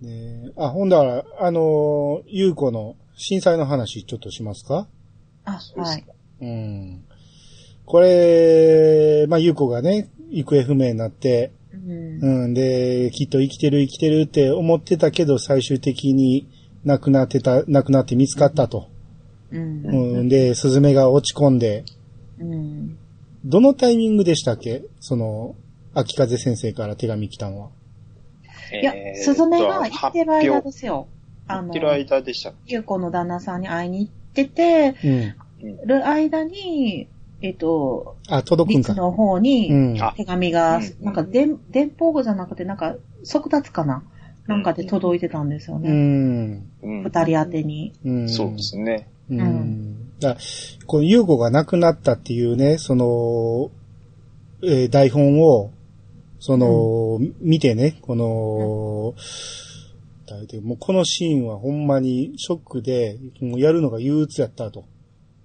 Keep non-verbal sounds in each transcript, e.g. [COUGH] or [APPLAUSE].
ねあ、ほんだら、あのー、ゆうこの震災の話ちょっとしますかあ、はい。うん。これ、まあ、ゆうこがね、行方不明になって、うん。うん、で、きっと生きてる生きてるって思ってたけど、最終的に亡くなってた、亡くなって見つかったと。うん。うん、で、スズメが落ち込んで、うん。どのタイミングでしたっけその、秋風先生から手紙来たのは。いや、スズメが生きてる間ですよ。あ生のきて、る間でしたっゆうこの旦那さんに会いに行ってて、うん。る間に、えっと、あ、届くん陸か。の方うにん。あ手紙が、うんなんか電、電報じゃなくて、なんか、速達かななんかで届いてたんですようね。ん。け、うん二人宛てに。うん。そうですね。う。うんだからこの優子が亡くなったっていうね、その、えー台本を、その、見てね、この、大体もうこのシーンはほんまにショックで、もうやるのが憂鬱やったと。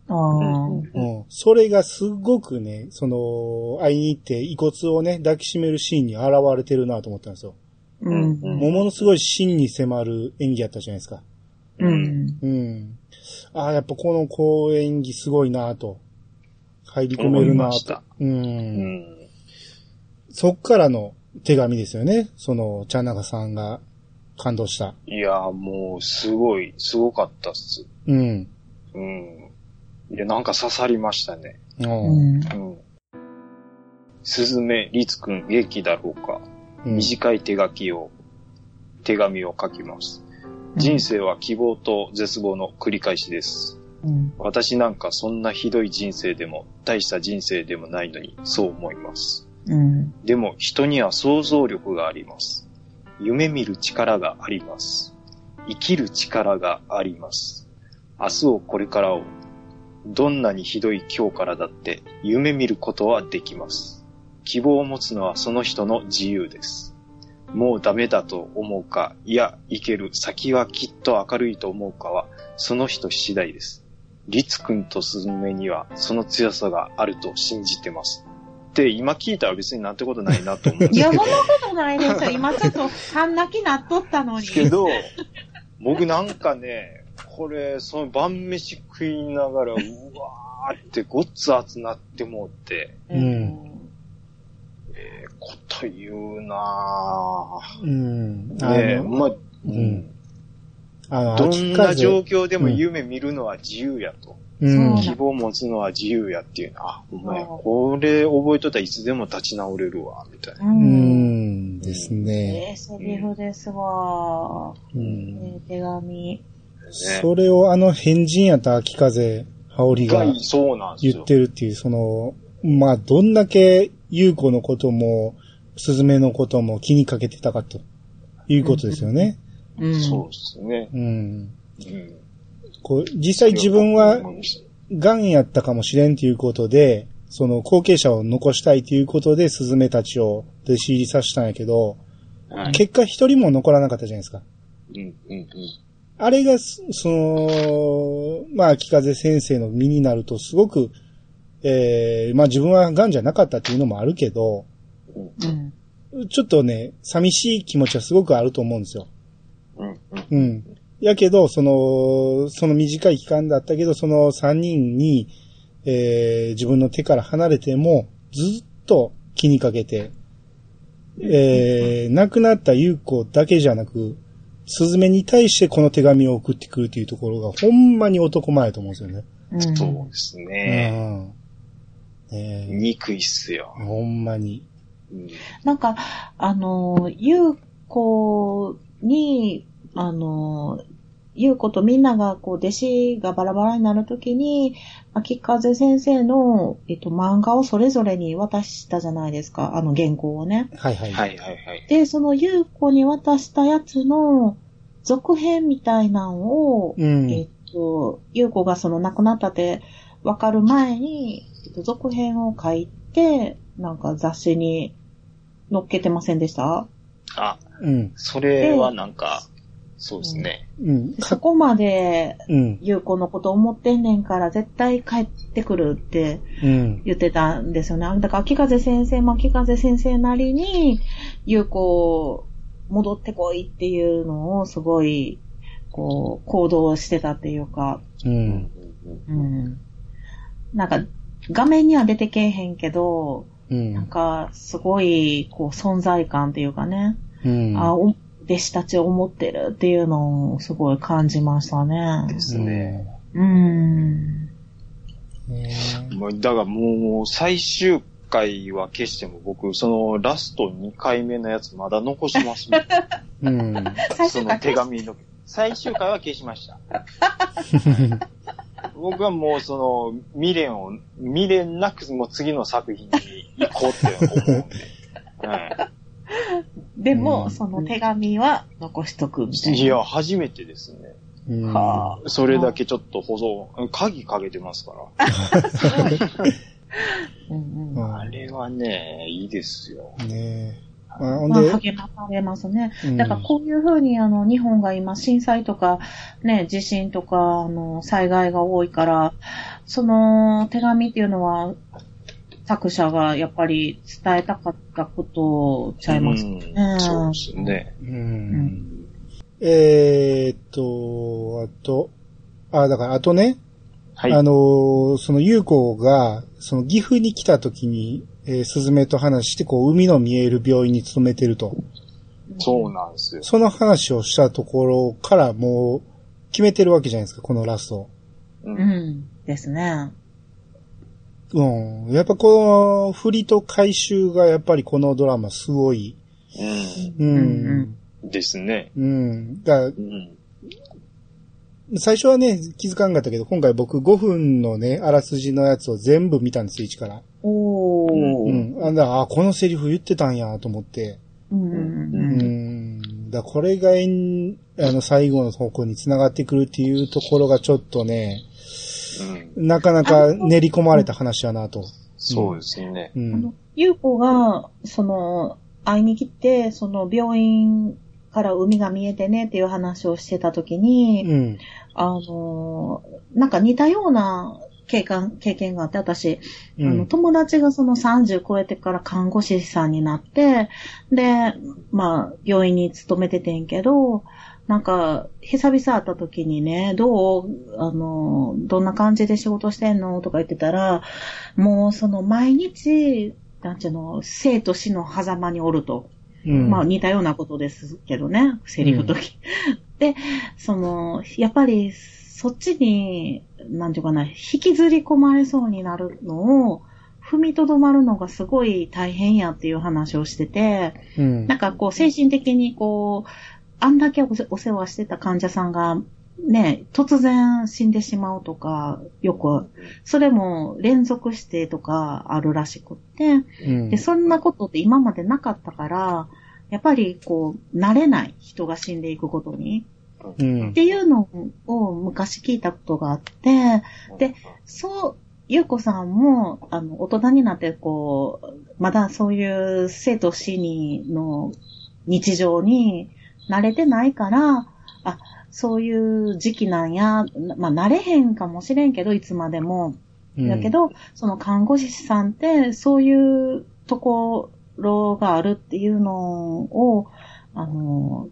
あうんーうん。それがすごくね、その、会いに行って遺骨をね、抱きしめるシーンに現れてるなと思ったんですよ。う。うんもうものすごい真に迫る演技やったじゃないですか。ううんん。うん。ああ、やっぱこの公演技すごいなぁと。入り込めるな思いまぁしとた。う。うんんそっからの手紙ですよね。その、チャンナカさんが感動した。いや、もう、すごい、すごかったっす。うん。うん。いや、なんか刺さりましたね。う。うんん。うん。すずめ、りつくん、元気だろうか。うん短い手書きを、手紙を書きます。人生は希望と絶望の繰り返しです。うん。私なんかそんなひどい人生でも、大した人生でもないのに、そう思います。うん。でも人には想像力があります。夢見る力があります。生きる力があります。明日をこれからを、どんなにひどい今日からだって夢見ることはできます。希望を持つのはその人の自由です。もうダメだと思うか、いや、いける、先はきっと明るいと思うかは、その人次第です。リツくんとスズメにはその強さがあると信じてます。って今聞いたら別になんてことないなと思うんいですや、けそんどなことないですよ。今ちょっと半泣きなっとったのに。けど、僕なんかね、これ、その晩飯食いながら、うわーってごっつ熱なってもうて、うんええこと言うなうん。ぁ。あねえ、の、まあ、んあの、どん秋な風状況でも夢見るのは自由やと。うんそう希望持つのは自由やっていうのは、あ、お前、これ覚えとったらいつでも立ち直れるわ、みたいな。う。うんん。ですね。えー、セリフですわ。うん。えー手紙。それをあの変人やった秋風、羽織がが、そうなんです言よっ。てるっていう、その、まあ、どんだけ、優子のことも、スズメのことも気にかけてたかと、いうことですよね。うんそうですね。うん。うん。こう、実際自分は、癌やったかもしれんということで、その後継者を残したいということで、スズメたちを弟子入りさせたんやけど、はい、結果一人も残らなかったじゃないですか。うん、うん、うん。あれがす、その、まあ、秋風先生の身になると、すごく、ええまあ自分は癌じゃなかったっていうのもあるけど、うん。ちょっとね、寂しい気持ちはすごくあると思うんですよ。うんうん。やけど、その、その短い期間だったけど、その3人に、えー自分の手から離れても、ずっと気にかけて、えー亡くなった優子だけじゃなく、スズメに対してこの手紙を送ってくるというところが、ほんまに男前やと思うんですよね。うんそうですね。うん。ね憎いっすよえ。ほんまに。うんなんか、あのー、ゆうこに、あのー、ゆうことみんなが、こう、弟子がバラバラになるときに、秋風先生の、えっと、漫画をそれぞれに渡したじゃないですか、あの原稿をね。はいはい。はいはいはい。で、そのゆうこに渡したやつの続編みたいなんを、うん。えっと、ゆうこがその亡くなったって分かる前に、えっと、続編を書いて、なんか雑誌に載っけてませんでしたあ、うん。それはなんか、そうですね。うん。そこまで、うん。ゆうこのこと思ってんねんから、絶対帰ってくるってうん。言ってたんですよね。だから、秋風先生も秋風先生なりに、ゆうこ戻ってこいっていうのをすごい、こう、行動してたっていうか、うん。うん。なんか、画面には出てけえへんけど、うなんん。か、すごい、こう、存在感っていうかね、うん。あ、お弟子たちを思ってるっていうのをすごい感じましたね。ですね。うん。ねもうだからもう最終回は消しても僕、そのラスト2回目のやつまだ残しますもん。 [LAUGHS] うん。最そ初のか手紙の。最終回は消しました。僕はもうその未練を、未練なくもう次の作品に行こうって思 [LAUGHS] うんで。はでも、うんその手紙は残しとくみたい、いな。いや、初めてですね。うんはあそれだけちょっと保存、鍵かけてますから。うんうんうんあれはね、いいですよ。ねえ。まあ、ほんまあ、で、励まされますね。うんだからこういうふうに、あの、日本が今震災とか、ね、地震とか、あの、災害が多いから、その手紙っていうのは、作者がやっぱり伝えたかったことちゃいます。うん、そうですね。うん。えーっと、あと、あ、だから、あとね、はい。あのーその、ゆうこが、その、岐阜に来た時に、えー、すずめと話して、こう、海の見える病院に勤めてると。そうなんですよ。その話をしたところから、もう、決めてるわけじゃないですか、このラスト。ううんん。ですね。うん。やっぱこの、振りと回収が、やっぱりこのドラマ、すごい。ううんん。ですね。うん。だからうん。最初はね、気づかんかったけど、今回僕5分のね、あらすじのやつを全部見たんですよ、一から。おー。うん。あ、だあ、このセリフ言ってたんや、と思って。うんううんん。だこれが、えんあの、最後の方向に繋がってくるっていうところがちょっとね、うん。なかなか練り込まれた話やなと。そうですね。うあんの。、ゆうこが、その、会いに来て、その、病院から海が見えてねっていう話をしてた時に、うん。あの、なんか似たような経験、経験があって、私、うあの、ん。友達がその30超えてから看護師さんになって、で、まあ、病院に勤めててんけど、なんか、久々会った時にね、どうあの、どんな感じで仕事してんのとか言ってたら、もうその毎日、なんちゅうの、生と死の狭間におると。うん。まあ似たようなことですけどね、セリフの時。で、その、やっぱり、そっちに、なんていうかな、引きずり込まれそうになるのを、踏みとどまるのがすごい大変やっていう話をしてて、うんなんかこう、精神的にこう、あんだけお世お世話してた患者さんが、ね、突然死んでしまうとか、よく、それも連続してとかあるらしくって、うんで、そんなことって今までなかったから、やっぱりこう、慣れない人が死んでいくことに。うんっ。ていうのを昔聞いたことがあって、で、そう、ゆうこさんも、あの、大人になって、こう、まだそういう生と死にの日常に慣れてないから、あ、そういう時期なんや、まあ、慣れへんかもしれんけど、いつまでも、うんだけ、ど、その看護師さんって、そういうところがあるっていうのを、あの、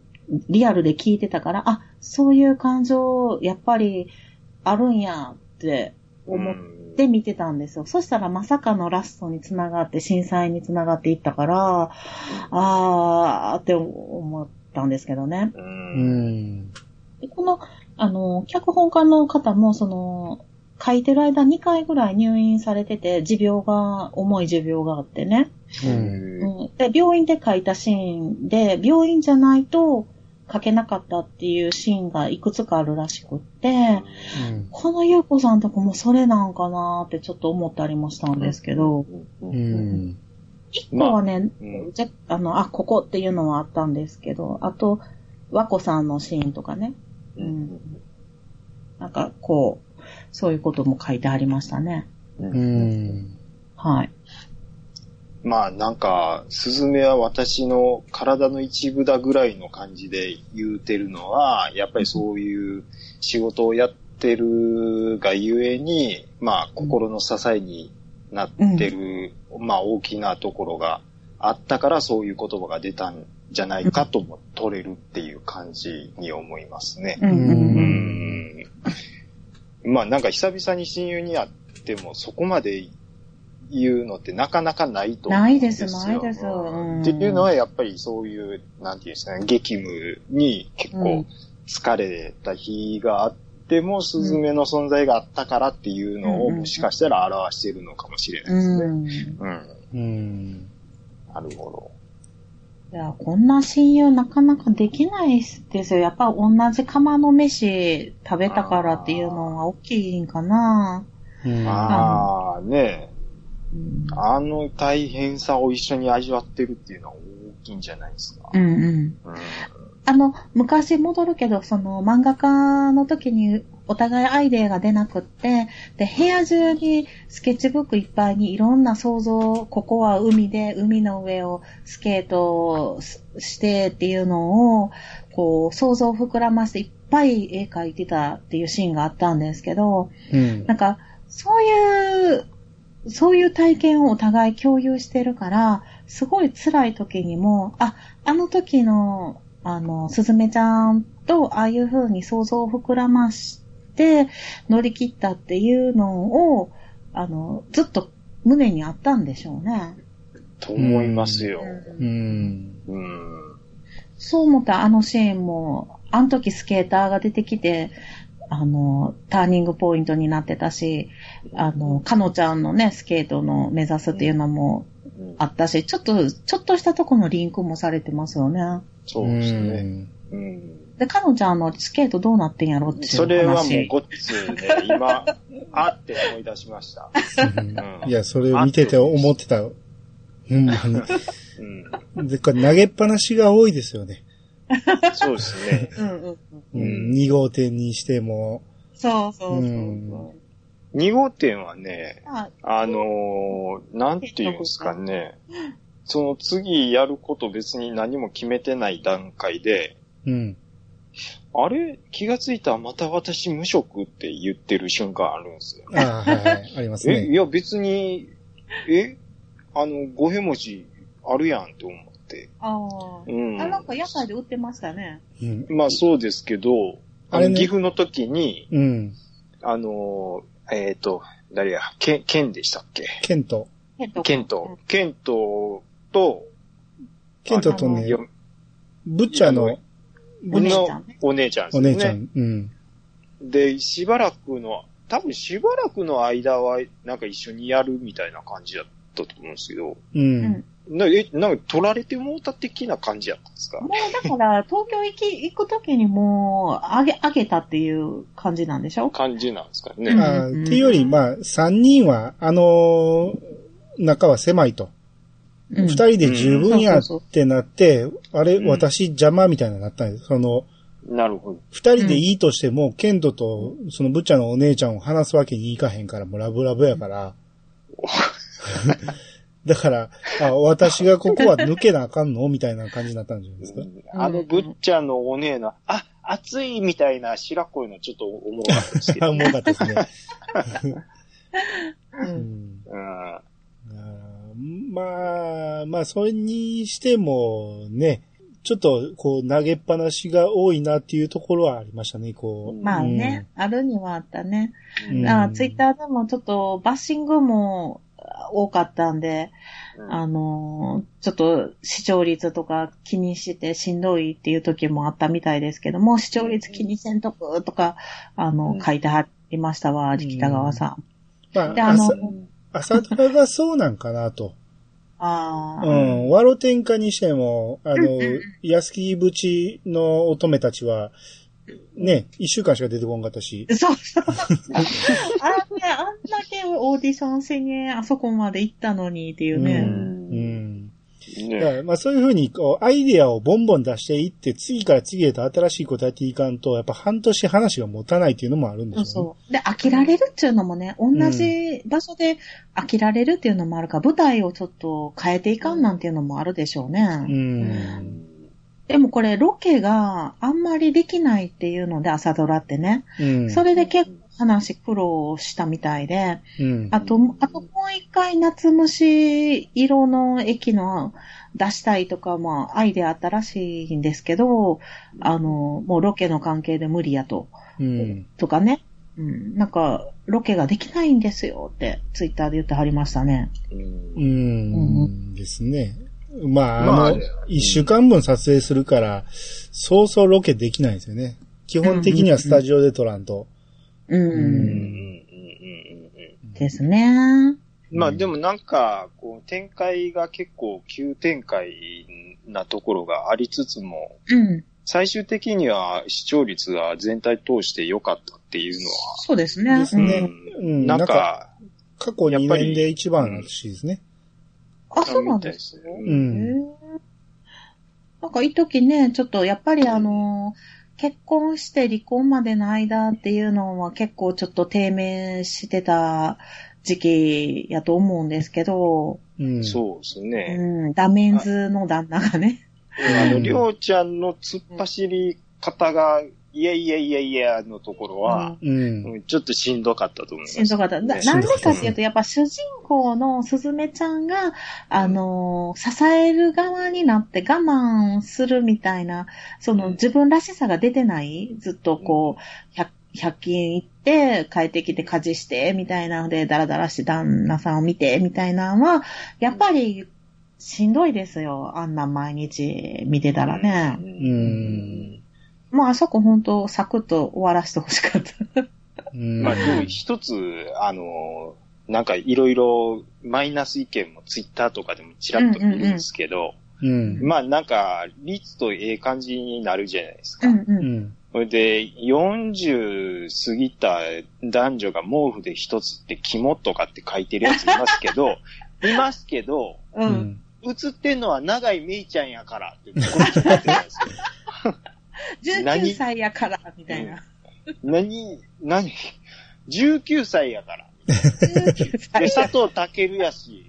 リアルで聞いてたから、あ、そういう感情、やっぱりあるんやって思って見てたんですよ。そしたらまさかのラストにつながって、震災につながっていったから、あーって思ったんですけどね。う。うんん。でこの、あの、脚本家の方も、その、書いてる間2回ぐらい入院されてて、持病が、重い持病があってね。うん。うん、で、病院で書いたシーンで、病院じゃないと書けなかったっていうシーンがいくつかあるらしくって、この優子さんとこもそれなんかなーってちょっと思ったりもしたんですけど、うん。うん。一個はね、うんじゃあの、あ、ここっていうのはあったんですけど、あと、和子さんのシーンとかね。なんか、こう、そういうことも書いてありましたね。うん。はい。まあなんか、スズメは私の体の一部だぐらいの感じで言うてるのは、やっぱりそういう仕事をやってるがゆえに、まあ心の支えになってる、まあ大きなところがあったからそういう言葉が出たんじゃないかとも取れるっていう感じに思いますね。うんうんうーんまあなんか久々に親友に会ってもそこまで言うのってなかなかないと思うなんいでですすないよ。、です。うんっていうのはやっぱりそういう、なんていうんですかね、激務に結う構ん疲れた日があっても、スズメの存在があったからっていうのをうんもしかしたら表しているのかもしれないですね。うん。いうん。うん。なるほど。や、こんな親友なかなかできないですよ。やっぱ同じ釜の飯食べたからっていうのは大きいんかな。うんああ、ねうんえ。あの大変さを一緒に味わってるっていうのは大きいんじゃないですか。うんうん。うん。あの、昔戻るけど、その漫画家の時にお互いアイデアが出なくって、で、部屋中にスケッチブックいっぱいにいろんな想像、ここは海で、海の上をスケートししてっていうのを、こう、想像を膨らませていっぱい絵描いてたっていうシーンがあったんですけど、うんなんか、そういう、そういう体験をお互い共有してるから、すごい辛い時にも、あ、あの時の、あの、すずめちゃんと、ああいう風に想像を膨らまして、乗り切ったっていうのを、あの、ずっと胸にあったんでしょうね。と思いますよ。うん。うん。そう思ったらあのシーンも、あの時スケーターが出てきて、あの、ターニングポイントになってたし、あの、かのちゃんのね、スケートの目指すっていうのもうんあったし、ちょっと、ちょっとしたとこのリンクもされてますよね。そうですね。うん。で、かのちゃんのスケートどうなってんやろっていう話。それはもうごっつね、今、あって思い出しました。うんいや、それを見てて思ってた。うんまうん。に。で、これ投げっぱなしが多いですよね。そうですね。うんうんうん。ううんん。2号店にしても。そうそうそうそう。うん2号店はね、ああのー、なんて言うんですかね。その次やること別に何も決めてない段階で、うん。あれ気がついたらまた私無職って言ってる瞬間あるんですよ。ああ、はいはい。ありますえ、いね。や別に、えあの、五平文字あるやんって思って。あー。うん。あ、なんか屋台で売ってましたね。うん。まあそうですけど、ああれの、ね岐阜の時に、うん。あのー、えっ、と、誰や、ケン、ケンでしたっけケント。ケントケント。ケントと、ケントとあのね、よブッチャーのお姉ちゃのんねお姉ちゃんですおよね。姉ちゃん。うん。で、しばらくの、多分しばらくの間は、なんか一緒にやるみたいな感じだったと思うんですけど、ううんん。なえ、なんか取られてもうた的な感じやったんですかもうだから、東京行き、行くときにもう、あげ、あげたっていう感じなんでしょ感じなんですかね。うんまあ、っていうより、まあ、3人は、あのー中は狭いと。う二、ん人で十分やうんっそうそうてなって、あれ、うん私邪魔みたいになったんです。その、なるほど。二人でいいとしても、ケントと、そのブッチャのお姉ちゃんを話すわけにいかへんから、もうラブラブやから。 [LAUGHS] だから、あ、私がここは抜けなあかんのみたいな感じになったんじゃないですか。 [LAUGHS] あの、ぐっちゃんのお姉の、あ、熱いみたいな白子いうのちょっとおもろかったですけ [LAUGHS] あ、ど。うかったですね。ううんんうんあーまあ、まあ、それにしても、ね、ちょっと、こう、投げっぱなしが多いなっていうところはありましたね、こう。まあね、あるにはあったね。うんあツイッターでもちょっとバッシングも多かったんで、うんあのーちょっと視聴率とか気にしてしんどいっていう時もあったみたいですけども、視聴率気にせんとくとか、あうのん、書いてはりましたわ、北川さん。まで、あ、あの朝、、朝ドラがそうなんかなと。あうーん。ワロ天下にしても、あうのんうん、安木淵の乙女たちは、ね、一週間しか出てこんかったし。そうそう。あんね、あんだけオーディションしにあそこまで行ったのにっていううね。うん。だかねらまあそういうふうに、こう、アイデアをボンボン出していって、次から次へと新しいことやっていかんと、やっぱ半年話が持たないっていうのもあるんでそうすよそう。で、飽きられるっていうのもね、同じ場所で飽きられるっていうのもあるから、舞台をちょっと変えていかんなんていうのもあるでしょうね。ね。ううん。んでもこれ、ロケがあんまりできないっていうので、朝ドラってね。うん。それで結構話苦労したみたいで、うん。あと、あともう一回夏虫色の駅の、出したいとか、まあ、アイデアあったらしいんですけど、あの、もうロケの関係で無理やと、うん。とかね。うん。なんか、ロケができないんですよって、ツイッターで言ってはりましたね。うんう。ん。ですね。ままああ、ああのれ、一週間分撮影するから、そうそうロケできないんですよね。基本的にはスタジオで撮らんと。うん。うんうんうんうんうんですね。まあうんでもなんか、こう、展開が結構急展開なところがありつつも、うん。最終的には視聴率が全体通して良かったっていうのは、そうですね。ですねうんうんなんなんかか、過去2やっぱり年で一番らしいですね。あ、そうなんですね。ううんん。なんか、いい時ね、ちょっとやっぱりあの、結婚して離婚までの間っていうのは結構ちょっと低迷してた時期やと思うんですけど、うん。そうですうね。ん、ダメンズの旦那がね。あの、うんりょうちゃんの突っ走り方が、いやいやいやいやのところは、う。うんんちょっとしんどかったと思います。しんどかった。なねなんでかっていうと、やっぱ主人公のすずめちゃんが、あのー、支える側になって我慢するみたいな、そうんの自分らしさが出てないずっとこう、100, 100均行って、帰ってきて家事して、みたいなので、ダラダラして旦那さんを見て、みたいなのは、やっぱりしんどいですよ。あんな毎日見てたらね。んまあ、あそこ本当サクッと終わらせてほしかった。うん。まあ、でも一つ、あの、なんかいろいろマイナス意見もツイッターとかでもちらっと見るんですけど、うん。まあなんか、率とええ感じになるじゃないですか。うんう。うんん。それで、40過ぎた男女が毛布で一つって肝とかって書いてるやついますけど、いますけど、ううんん。映ってんのは長井めいちゃんやからって、この人言ってないですけど何19歳やから、みたいな。何、何、19歳やから。 [LAUGHS] 19歳で、や佐藤健やし、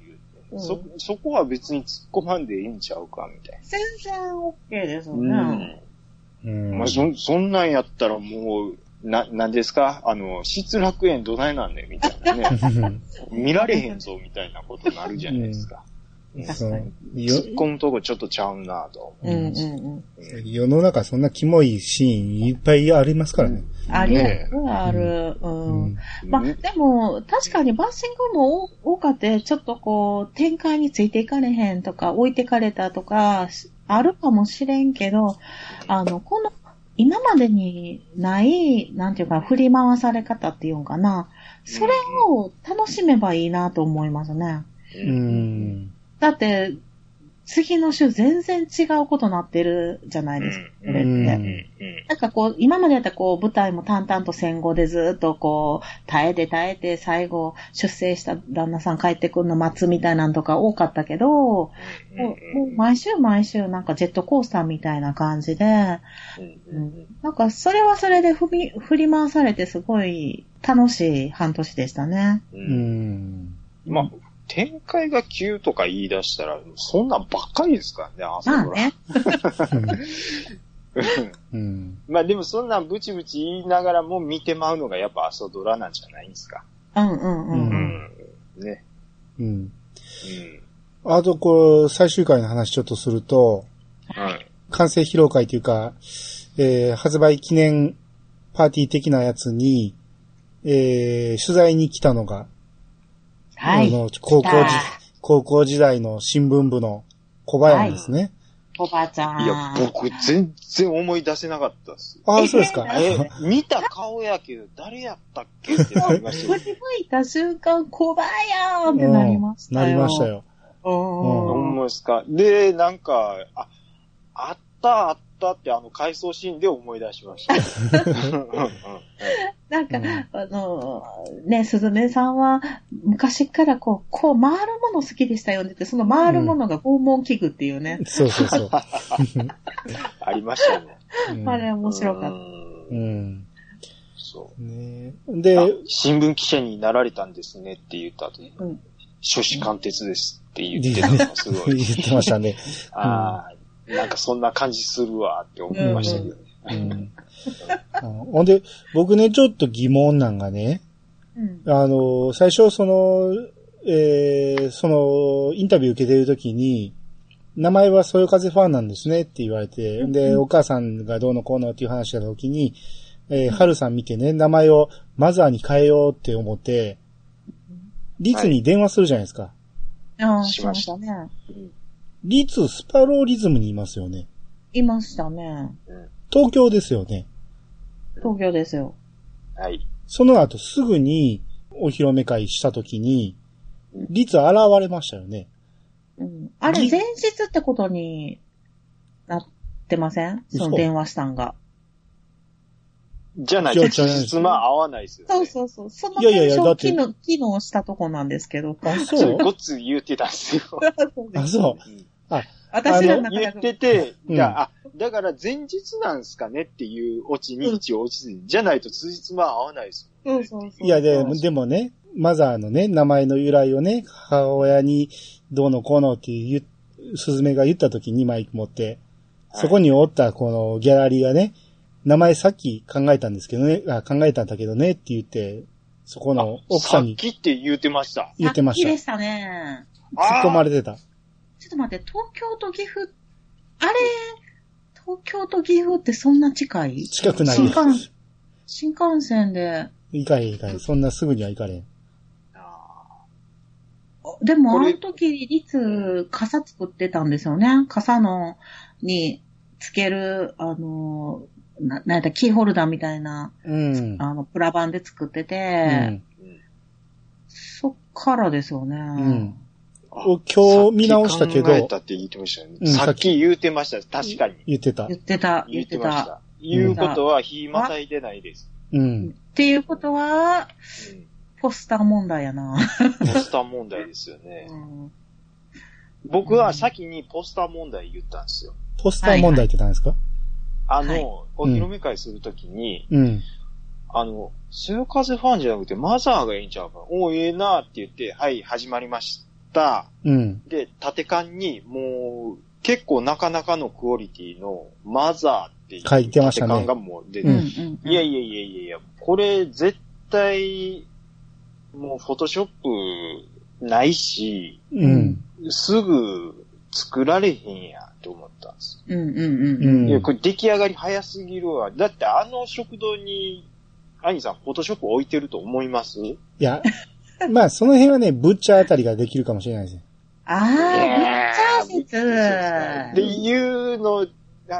うんそ、そこは別に突っ込まんでいいんちゃうか、みたい全然 OK ですもんな。ね。うん。まあ、そ、そんなんやったらもう、な、なんですかあの、失楽園どないなんねみたい [LAUGHS] なね。見られへんぞ、みたいなことになるじゃないですか。うん確かによ突っ込むとこちょっとちゃうなと。ううんんうん世の中そんなキモいシーンいっぱいありますからね。うん。あねる、ある。うん。うんまあ、ねでも、確かにバッシングも多多かって、ちょっとこう、展開についていかれへんとか、置いてかれたとか、しあるかもしれんけど、あの、この、今までにない、なんていうか、振り回され方っていうんかな。それを楽しめばいいなと思いますね。ううんん。だって、次の週全然違うことなってるじゃないですか、うこれっんて。うんうんなんかこう、今までやったらこう、舞台も淡々と戦後でずっとこう、耐えて耐えて、最後、出征した旦那さん帰ってくるの待つみたいなのとか多かったけど、もううんもう毎週毎週なんかジェットコースターみたいな感じで、うんうんなんかそれはそれで振り振り回されてすごい楽しい半年でしたね。ううんん。まあ、展開が急とか言い出したら、そんなんばっかりですからね、あそまあこら。ね。うん。 [LAUGHS] まあでもそんなんブチブチ言いながらも見てまうのがやっぱ朝ドラなんじゃないんですか。うんうんう。うんうん、ん。ね。うん。うん。あと、これ、最終回の話ちょっとすると、はい。完成披露会というか、えー発売記念パーティー的なやつに、えー取材に来たのが、はあい。の高校来時た、高校時代の新聞部の小林ですね。おばあちゃん。いや、僕全然思い出せなかったっす。ああ、そうですか。え、見た顔やけど、誰やったっけってなりまし振 [LAUGHS] たりよ。向いた瞬間、コバやーんってなりましたよ。 [LAUGHS] なりました。よ。ほうんん。まですか。で、なんか、あ、あった、あったって、あの、回想シーンで思い出しました。うんうんなんか、うんあの、ね、すずめさんは、昔からこう、こう回るもの好きでしたよねって、その回るものが拷問器具っていうね。そうそう [LAUGHS] そう。ありましたね。うんあれ面白かっうた。ん。そねう。で、あ新聞記者になられたんですねって言った後に、うん書士貫徹ですって言ってたのがすご [LAUGHS] 言い、ってましたね。ああ、なんかそんな感じするわって思いましたけどね。うん。あほんで、僕ね、ちょっと疑問なんがね、た。うん。あの、最初、その、えーその、インタビュー受けてるときに、名前はそよ風ファンなんですねって言われて、で、うんお母さんがどうのこうのっていう話した時に、えー、春さん見てね、名前をマザーに変えようって思って、リツに電話するじゃないですか。ああ、ししままししたたね。リツ、スパローリズムにいますよね。いましたね。東京ですよね。東京ですよ。はい。その後すぐにお披露目会した時に、リツ現れましたよね。うん。あれ、ぎ前日ってことになってませんそ嘘の電話したんが。じゃないと、じゃあじゃないつま合わないですよ、ね。そうそうそう。そのいやいやい検や証だっをて機能、機能したとこなんですけど。 [LAUGHS] あ、そそれうごっつ言ってたんですよ。そうであ、すそう。私らあの中言でってて、うんじゃあ、あだから前日なんすかねっていうオチに一応落ちて、じゃないと通じつま合わないですよ、そうそうそう。いや、でそうそうでもね、マザーのね、名前の由来をね、母親にどうのこうのっていう、スズメが言った時にマイク持って、はいそこにおったこのギャラリーがね、名前さっき考えたんですけどね、あ考えたんだけどねって言って、そこの奥さんにさっきって言ってました。言ってましさた。っきで突したね。っ込まれれてた。ちょっと待って、東京と岐阜、あれ、東京と岐阜ってそんな近い近くない新。幹、新幹線で、いかへんいかへん。そんなすぐにはいかれん。でもこあれの時、リツ、傘作ってたんですよね。傘の、に、つける、あの、な、なんやった、キーホルダーみたいな、うん。あの、プラ板で作ってうて、ん。そっからですよね。んお今日見直したけどさっき考えたって言ってましたよね。うんさっき言ってました。確かに。言ってた言。ってた、言言っってて。ましたた。言うことは、日またいでないです。うん。っていうことは、うんポスター問題やな。ポスター問題ですよねう。ん僕は先にポスター問題言ったんですよ。ポスター問題って何ですか、あの、はいお披露目会するときに、うん。あの、そよ風ファンじゃなくてマザーがいいんちゃうか。おーええなーって言って、はい、始まりました。うん。で、縦缶に、もう、結構なかなかのクオリティのマザーっていう書いてましたね縦缶がもう出てううんんうんうんいやいやいやいやいや、これ絶対、もうフォトショップないし、うん。すぐ作られへんやと思ったんです。うんうんううん。ん。いや、これ出来上がり早すぎるわ。だってあの食堂に、アニさん、フォトショップ置いてると思いますいや、まあその辺はね、ブッチャーあたりができるかもしれないですね。ああ、めっちゃっ説。ていうの、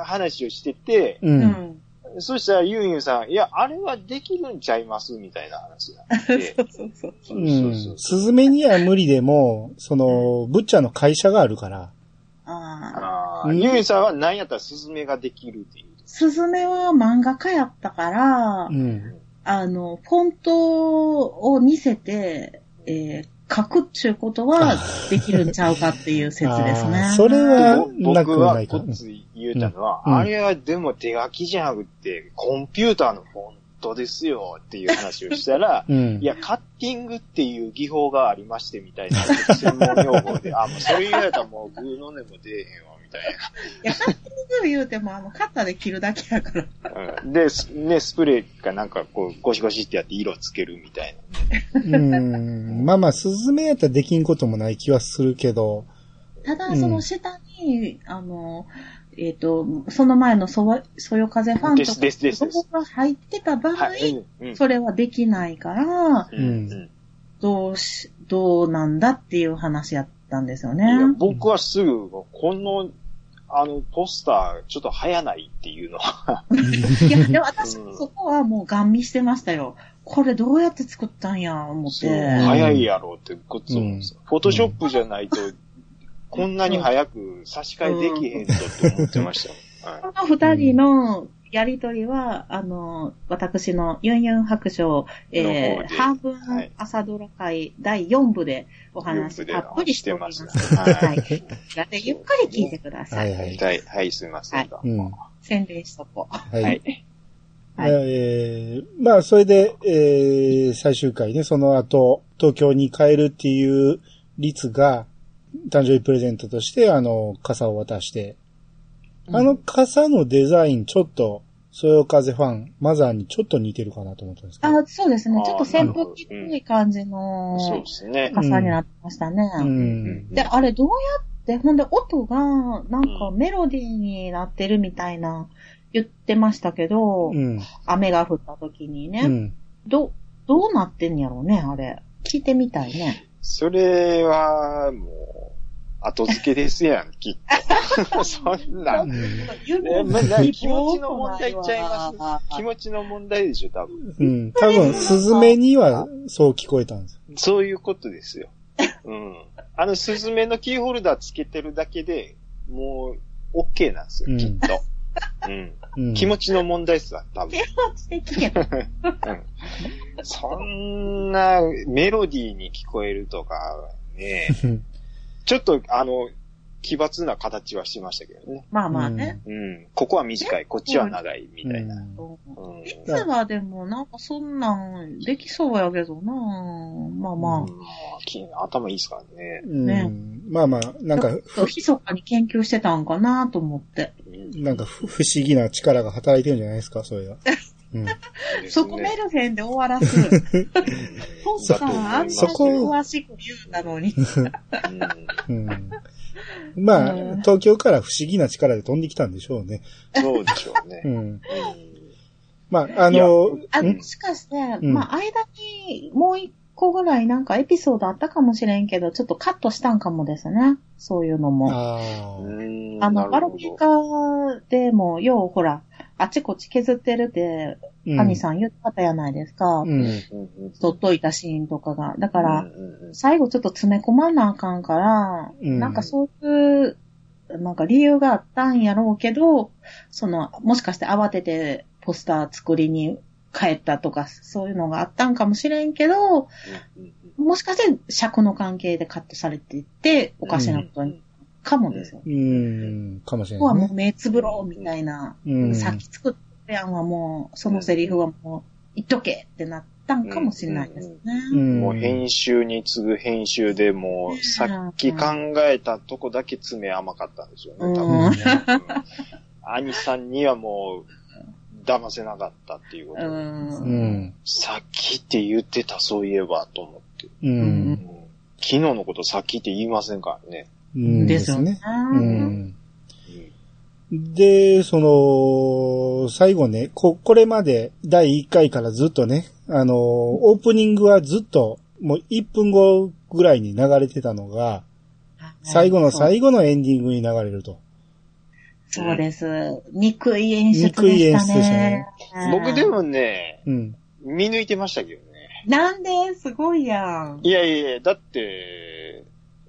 話をしてて、う。うんん。そしたらユンユンさん、いや、あれはできるんちゃいますみたいな話になってそ。うそうそう。 [LAUGHS] そううそうんそ。うスズメには無理でも、その、ブッチャーの会社があるから、ああ。あうーんユンユンさんは何やったらスズメができるっていう。スズメは漫画家やったから、うん。あの、フォントを似せて、えー書くっちゅうことはできるんちゃうかっていう説ですねあ。ーそれはな僕くなはいこかっち言うたのは、うんうん、あれはでも手書きじゃなくて、コンピューターのフォントですよっていう話をしたらうんい。や、カッティングっていう技法がありましてみたいな専門用語で、あ、もうそれ言われたらもうグーの音も出えへんわみたいな。いや、勝手にすぐ言うても、あの、カッターで切るだけやから。うんで、スね、スプレーかなんかこう、ゴシゴシってやって色つけるみたいな。うん。まあまあ、スズメやったらできんこともない気はするけど、ただ、うんその下に、あの、えっ、と、その前のそわそよ風ファンでとす、か、です、です、そですこ。が入ってた場合、はい。うんうんそれはできないから、うんどうし、どうなんだっていう話やったんですよね。いや僕はすぐ、この、あの、ポスター、ちょっと早ないっていうのは。いや、でも私もそこはもうガン見してましたよ。これどうやって作ったんや、思って。はい早いやろうって、こっちも、うんフォトショップじゃないと、こんなに早く差し替えできへんぞって思ってましたもん。はいこの二人のやりとりは、あの、私のユンユン白書、えの方ー、で半分はい朝ドラ会第4部でお話たっぷりしております。四部で話してますはい。なのでゆっくり聞いてくださ。はいいはい。はい、はい、すみませんが。うん。宣伝しとこう。は。はいい。はいえーまあ、それで、えー最終回ね、その後、東京に帰るっていう率が、誕生日プレゼントとして、あの、傘を渡して、あの傘のデザイン、ちょっと、そよ風ファン、マザーにちょっと似てるかなと思ったんですけど。あ、そうですね。ちょっと扇風機っあーなるほどぽい感じそうのですね。傘になってましたね。うん。で、あれどうやっで、ほんで音がなんかメロディーになってるみたいな言ってましたけど、うん。雨が降った時にね、うん。ど、どうなってんやろうね、あれ。聞いてみたいね。それは、もう、後付けですやん、きっ [LAUGHS] と。そんな。うんんえまな気持ちの問題ちゃいま気持ちの問題でしょ、多分。うん。多 [LAUGHS] 分、スズメにはそう聞こえたんです。そういうことですよ。うん。あの、スズメのキーホルダーつけてるだけで、もう、OK なんですうよ、んきっと。うん。うん。気持ちの問題っすわ、多分。気持ちで聞け [LAUGHS] た。そんな、メロディーに聞こえるとか、ね。ちょっと、あの、奇抜な形はしましたけどね。まあまあね。うん。ここは短い、こっちは長い、みたいな。うんうんいつはでもなんかそんなんできそうやけどなまあまうんき頭いいですからね。うんねまあまあ、あ。なんか、ちょっと密かに研究してたんかなと思って。うんなんかふ不思議な力が働いてるんじゃないですか、それ [LAUGHS] は。うん。そこメでルヘンで終わらす。うんそうさ、あんなにそこ詳しく言うたのに。ううんん、まあ、うん東京から不思議な力で飛んできたんでしょうね。そうでしょううね。ん。うんまあ、あの、あ、んもしかして、うんまあ、間にもう一個ぐらいなんかエピソードあったかもしれんけど、ちょっとカットしたんかもですね。そういうのも。ああーうんなの、るバほロどメーカーでも、ようほら、あちこち削ってるって、うカニさん言ったやないですか。うん。うんうん取っといたシーンとかが。だかうら、んうんうん最後ちょっと詰め込まなあかんから、うんなんかそういう、なんか理由があったんやろうけど、その、もしかして慌ててポスター作りに帰ったとか、そういうのがあったんかもしれんけど、うんうんうんもしかして尺の関係でカットされていって、おかしなことに、かもですよ。うん。かもしれここはないもねう。目つぶろうみたいな、うん。さっき作ったやんはもう、そのセリフはもう、言っとけってなったんかもしれないですね。うん。もう編集に次ぐ編集でもう、さっき考えたとこだけ詰め甘かったんですよね、多うん分ね。兄さんにはもう、騙せなかったっていうことで。ううんん。さっきって言ってた、そういえば、と思って。ううんん。昨日のことさっきって言いませんからね。うん。ですよね。うん。で、その、最後ね、こ、これまで第1回からずっとね、あのー、オープニングはずっと、もう1分後ぐらいに流れてたのが、最後の最後のエンディングに流れると。そうそうです。憎い演出でしたね。憎い演出でしたね僕で。もね、うん。見抜いてましたけどね。なんですごいやん。いやいやいや、だって、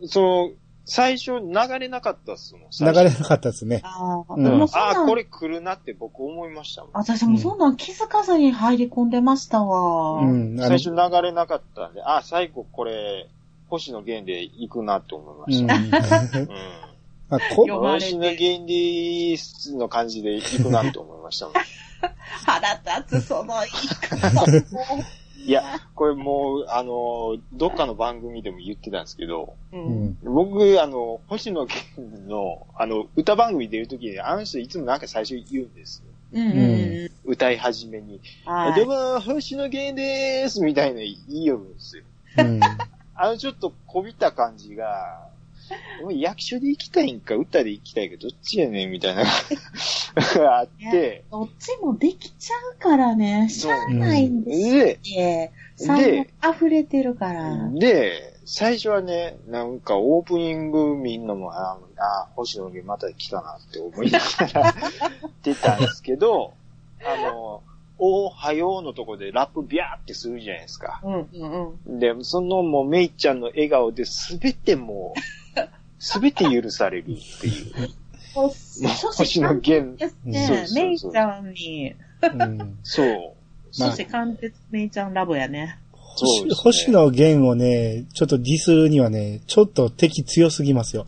その、最初流れなかったっすもん。流最れ初なかったですね。ああ、うんでもそんあなあ、こん、れ来るなって僕思いましたもん。私もそんなん気づかずに入り込んでましたわ。うん。あの最初流れなかったんで、あ、最後これ、星野源で行くなって思いまう [LAUGHS] しんた。うん。あこ呼ばれて星野源での感じで行くなって思いまし [LAUGHS] たもん。腹立つ、その言い方。 [LAUGHS] いや、これもう、あの、どっかの番組でも言ってたんですけど、ううんん。僕、あの、星野源の、あの、歌番組出るときに、あの人いつもなんか最初言うんですよ。うんうん歌い始めに。うん。はでい。も、星野源でーすみたいな言いよるんですよ。うん。あのちょっとこびた感じが、もう役所で行きたいんか、歌で行きたいか、どっちやねんみたいな [LAUGHS] があって、どっちもできちゃうからね。しゃあないんですで、って。才能溢れてるから。で、最初はね、なんかオープニングみんなも、ああ、星野源また来たなって思いながら [LAUGHS] 出たんですけど、あの、おはようのとこでラップビャーってするじゃないですか。うんうんうん。で、そのもうメイちゃんの笑顔で全てもう、 [LAUGHS] 全て許されるっていう。もうもう初星心野源ですそうそねう。そうメイちゃんに、うんそう。まあそして貫徹メイちゃんラブやね。そうですね星野源をね、ちょっとディスるにはね、ちょっと敵強すぎ [LAUGHS] ますよ。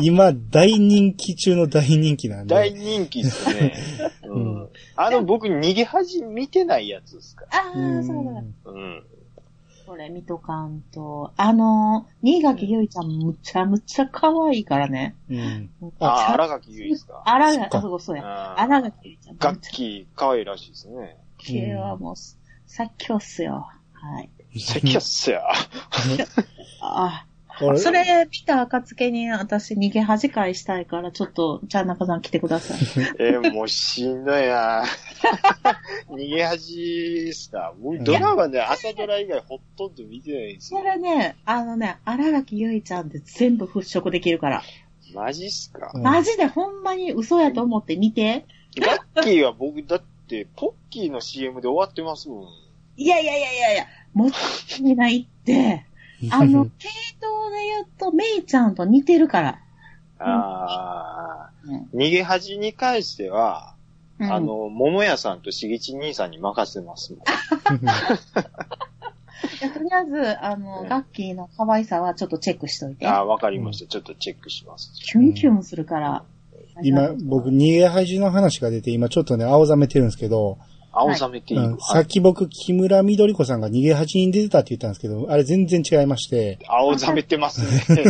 今、大人気中の大人気なんで。大人気っすね。 [LAUGHS] うんうんあの、僕、逃げ恥見てないやつですかあうんあ、そうだ。ら。うん。これ見とかんと。あの、新垣結衣ちゃんむちゃむちゃ可愛いからね。うん。あー、あ荒垣結衣ですか。らそがっ、かあ、そうそうや。あ荒らが結衣ちゃん。楽器、可愛いらしいですね。系はもう、最強っすよ。はい。 [LAUGHS] さっきやっすや。あ、あれそれ見た暁に私逃げ恥かいしたいから、ちょっと、じゃあ中さん来てく [LAUGHS] ださい。えーもうしんどいな [LAUGHS] 逃げ恥っすか。もうドラマね、朝ドラ以外ほとんど見てないんですそよ。れね、あのね、荒垣結衣ちゃんで全部払拭できるから。マジっすか。うんマジでほんまに嘘やと思って見て。ガッキーは僕、だって、ポッキーの CM で終わってますもん。いやいやいやいやいや、もったいないって。あの、系統で言うと、メイちゃんと似てるから。あうー、逃げ恥に関しては、んあ、の、桃屋さんとしげち兄さんに任せますもん。いやとりあえず、あの、ねガッキーの可愛さはちょっとチェックしといて。あー、わかりました。ちょっとチェックします。キュンキュンするから。 [LAUGHS] 今、僕、逃げ恥の話が出て、今ちょっとね、青ざめてるんですけど、青ざめていい、うんさはっい、き僕、木村みどり子さんが逃げ恥に出てたって言ったんですけど、あれ全然違いまして、青ざめてますね。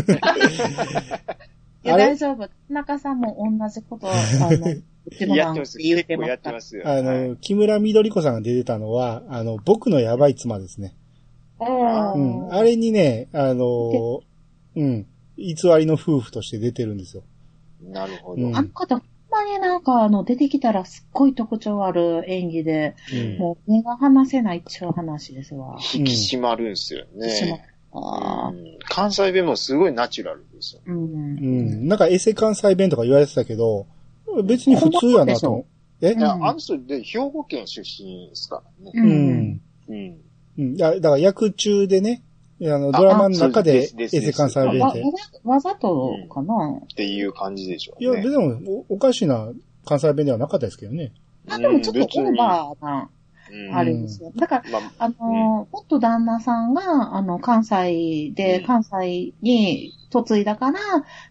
いや、あれ大丈夫。田中さんも同じこと、あの、うちの [LAUGHS] やなってんます。て言結って構まやっしてたま。すよ。あはいの、木村みどり子さんが出てたのは、あの、僕のやばい妻ですね。ううんん。あれにね、あの、うん。偽りの夫婦として出てるんですよ。なるほど。うんあの方、ほんまになんか、あの、出てきたらすっごい特徴ある演技で、うんもう目が離せない一応話ですわ。引き締まるんですよね。あうん関西弁もすごいナチュラルですよ。ーうん。う。ん。なんかエセ関西弁とか言われてたけど、別に普通やなと。えいや、うんあの人で兵庫県出身ですからね。ううんん。うん。うん。いや、だから役中でね、あの、あドラマの中あでエそうですですセ関西あ弁わって。わざとかな、っていう感じでしょういや、ね。でもお、おかしな関西弁ではなかったですけどね。あ、でもちょっとオーバーな、うん、別にあれですよ。だから、うんまああのー、元旦那さんが、あの、関西で、うん関西に嫁いだから、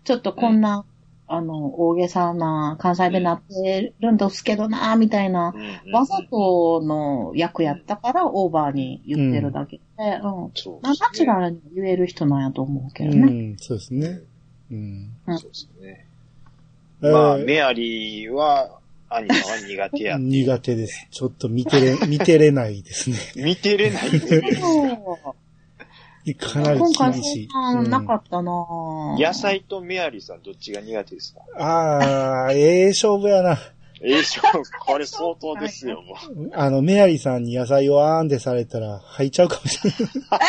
ちょっとこんな、あの、大げさな関西弁になってるんですけどな、みたいな、うんうんうんわざとの役やったから、オーバーに言ってるだけで、うん。そうまあですねナチュラルに言える人なんやと思うけうどね。ん、そうですね。うん。そうですね。えーまあ、メアリーは、アニマは苦手や。苦手です。ちょっと見て [LAUGHS] れ、見てれないですね。見てれないですね。そうかなり今回、厳しい。そんなんなかったな、 [LAUGHS] 野菜とメアリーさんどっちが苦手ですかああ、ええ勝負やな。ええ、そうこれ相当ですよ、もう。あの、メアリーさんに野菜をあーんでされたら、吐いちゃうかもしれない。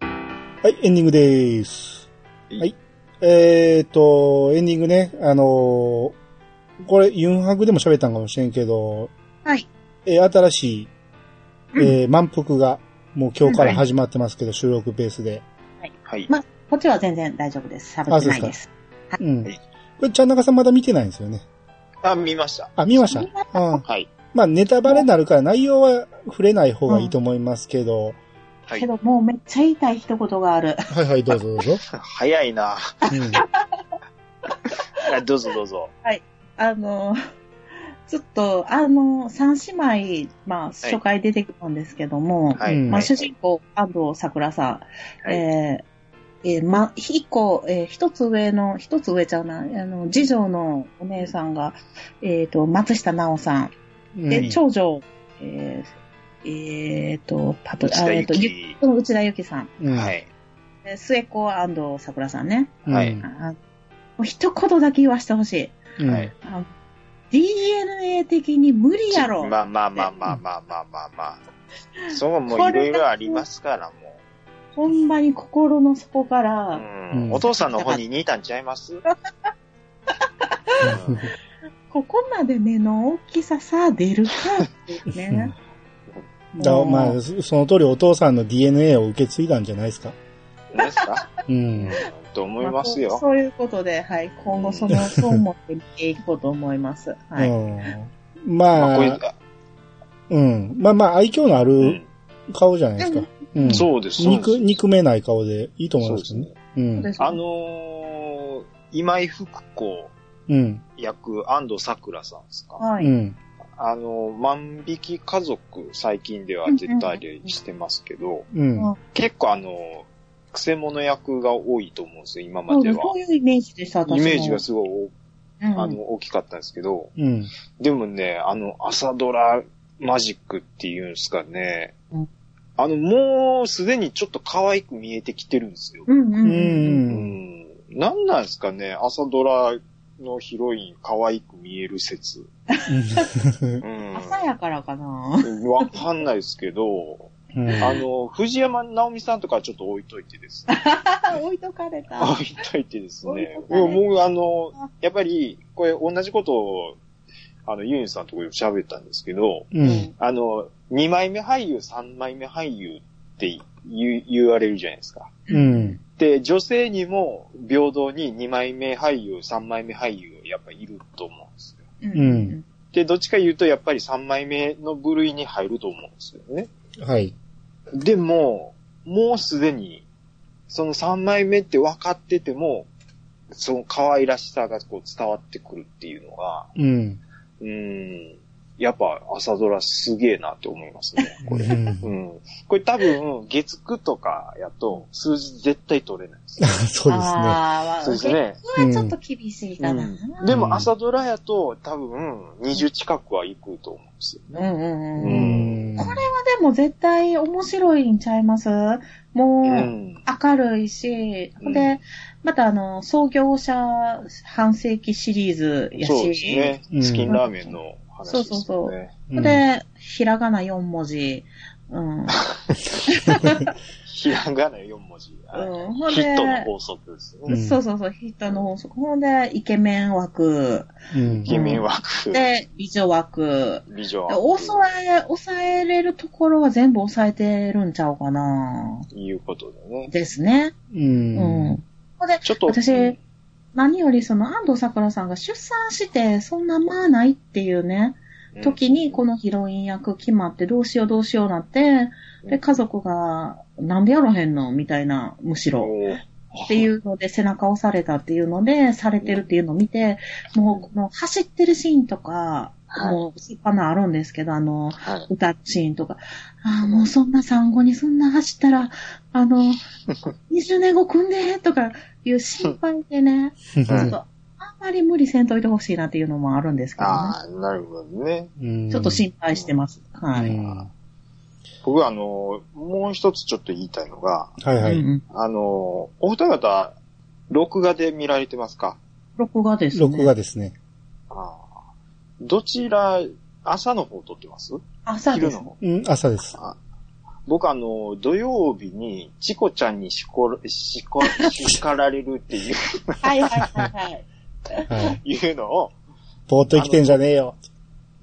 はい、エンディングです。はい。えーっと、エンディングね、あのーこれ、ユンハグでも喋ったんかもしれんけど、はい。えー新しい、えー満腹が、もう今日から始まってますけど、収録ベースで。はい。まあ、こっちは全然大丈夫です。喋ってないあそうでですす。うん。こはいれ、ちゃんなかさんまだ見てないんですよね。あ、見ました。あ、見ました見うん。はい。まあ、ネタバレになるから内容は触れない方がいいと思いますけど、はけい。ど、もうめっちゃ言いたい一言がある。はいはい、どうぞどうぞ。早いな。 [LAUGHS] うんあどうぞどうぞ。あの、ちょっと、あの、三姉妹、まあ、初回出てくるんですけども、はい。うんまあ、主人公、安藤桜さん、はいえーえーま、一個、えー一つ上の、一つ上ちゃうな、あの、次女のお姉さんが、えっ、と、松下奈緒さん、 [LAUGHS] うんで、長女、えーえーと、パプ、内田え有ーと、ゆ紀。内田有紀さん、うんはい。で末っ子、安藤桜さんね。はういんあもう一言だけ言わしてほしい。うんはいあの DNA 的に無理やろ。まあまあまあまあまあまあまあまあ。そう、もういろいろありますから、もほんまに心の底かう。うら、うんん。お父さんの方に似たんちゃいますうんここまで目の大きささ、出るかっていうね。だもうまあ、そその通りお父さんの DNA を受け継いだんじゃないですか。ですかうん。と思いますまあよ。そういうことで、はい。今後その、そう思って見ていこうと思います。はい。うん、ままあこういあう、うん。まあまあ、愛嬌のあうるん顔じゃないですか。うん。そうです。そうです憎、憎めない顔でいいと思いそうまですけすどね。。ねうん。そうですねあのー、今井福子うん。役安藤桜さんですかはうい。ん。あの、万引き家族最近では出たりしてますけど、うん。あ結構あの、クセモノ役が多いと思うんですよ、今まではそう。いうイメージでした、私もイメージがすごいお、うんあの、大きかったんですけど、うん。でもね、あの、朝ドラマジックっていうんですかねうん、あの、もうすでにちょっと可愛く見えてきてるんですよ。うんううん。うん。うんん。なんなんですかね、朝ドラのヒロイン可愛く見える説。うん。朝やからかな。わかんないですけど、うんあの、藤山直美さんとかはちょっと置いといてですね [LAUGHS] 置いとかれた。 [LAUGHS] 置いといてですね。置いとかれもう、あの、やっぱり、これ同じことを、あの、ユンさんとこで喋ったんですけど、うん。あの、2枚目俳優、3枚目俳優って言う言われるじゃないですか。うん。で、女性にも平等に2枚目俳優、3枚目俳優、やっぱいると思うんですよ。うんうんで、どっちか言うと、やっぱり3枚目の部類に入ると思うんですよね。はい。でも、もうすでに、その3枚目って分かってても、その可愛らしさがこう伝わってくるっていうのが、うん。うーん、やっぱ朝ドラすげえなって思いますね、これ。うん [LAUGHS] うん。これ多分、月9とかやと数字絶対取れないですよ。そうですね。あーそうですね。それはちょっと厳しいかな。うん、でも朝ドラやと多分20近くはいくと思うんですようんうんうん。まううん。これあでも絶対面白いんちゃいますもう、うん。明るいし、うんで、またあの、創業者半世紀シリーズやし、そうですね。うんチキンラーメンの話ですそよね。うそうそううんで、ひらがな4文字、うん。ひらがな4文字。あうんほんでヒットの法則ですうんね。そうそうそう、ヒットの法則。ほんで、イケメン枠、うん。イケメン枠、で、美女枠。美女枠、おそえ、抑えれるところは全部抑えてるんちゃうかないうことでね。ですね。ううん。ん。ほんで、ちょっと、私うん何よりその安藤桜さんが出産して、そんなまあないっていうね、時にこのヒロイン役決まって、どうしようどうしようなって、で、家族が、なんでやらへんのみたいな、むしろ。おーっていうので、背中を押されたっていうので、されてるっていうのを見て、もう、この走ってるシーンとか、はいもう、すっぱなあるんですけど、あの、はい歌うシーンとか、ああ、もうそんな産後にそんな走ったら、あの、20年後組んで、とかいう心配でね、ちょっと、あんまり無理せんといてほしいなっていうのもあるんですけどね。ああ、なるほどね。うんちょっと心配してます。はい。ううんん僕はあの、もう一つちょっと言いたいのが、はいはうい。ん。あの、お二方、録画で見られてますか録画です、ね。録画。ですね。あーどちら、朝の方撮ってます朝で昼すの。方うん、朝です。僕あの、土曜日に、チコちゃんにしこ、しこ、叱られるっていう、 [LAUGHS] はいはいはいはい。はい。いうのを、ぼーっと生きてんじゃねえよ。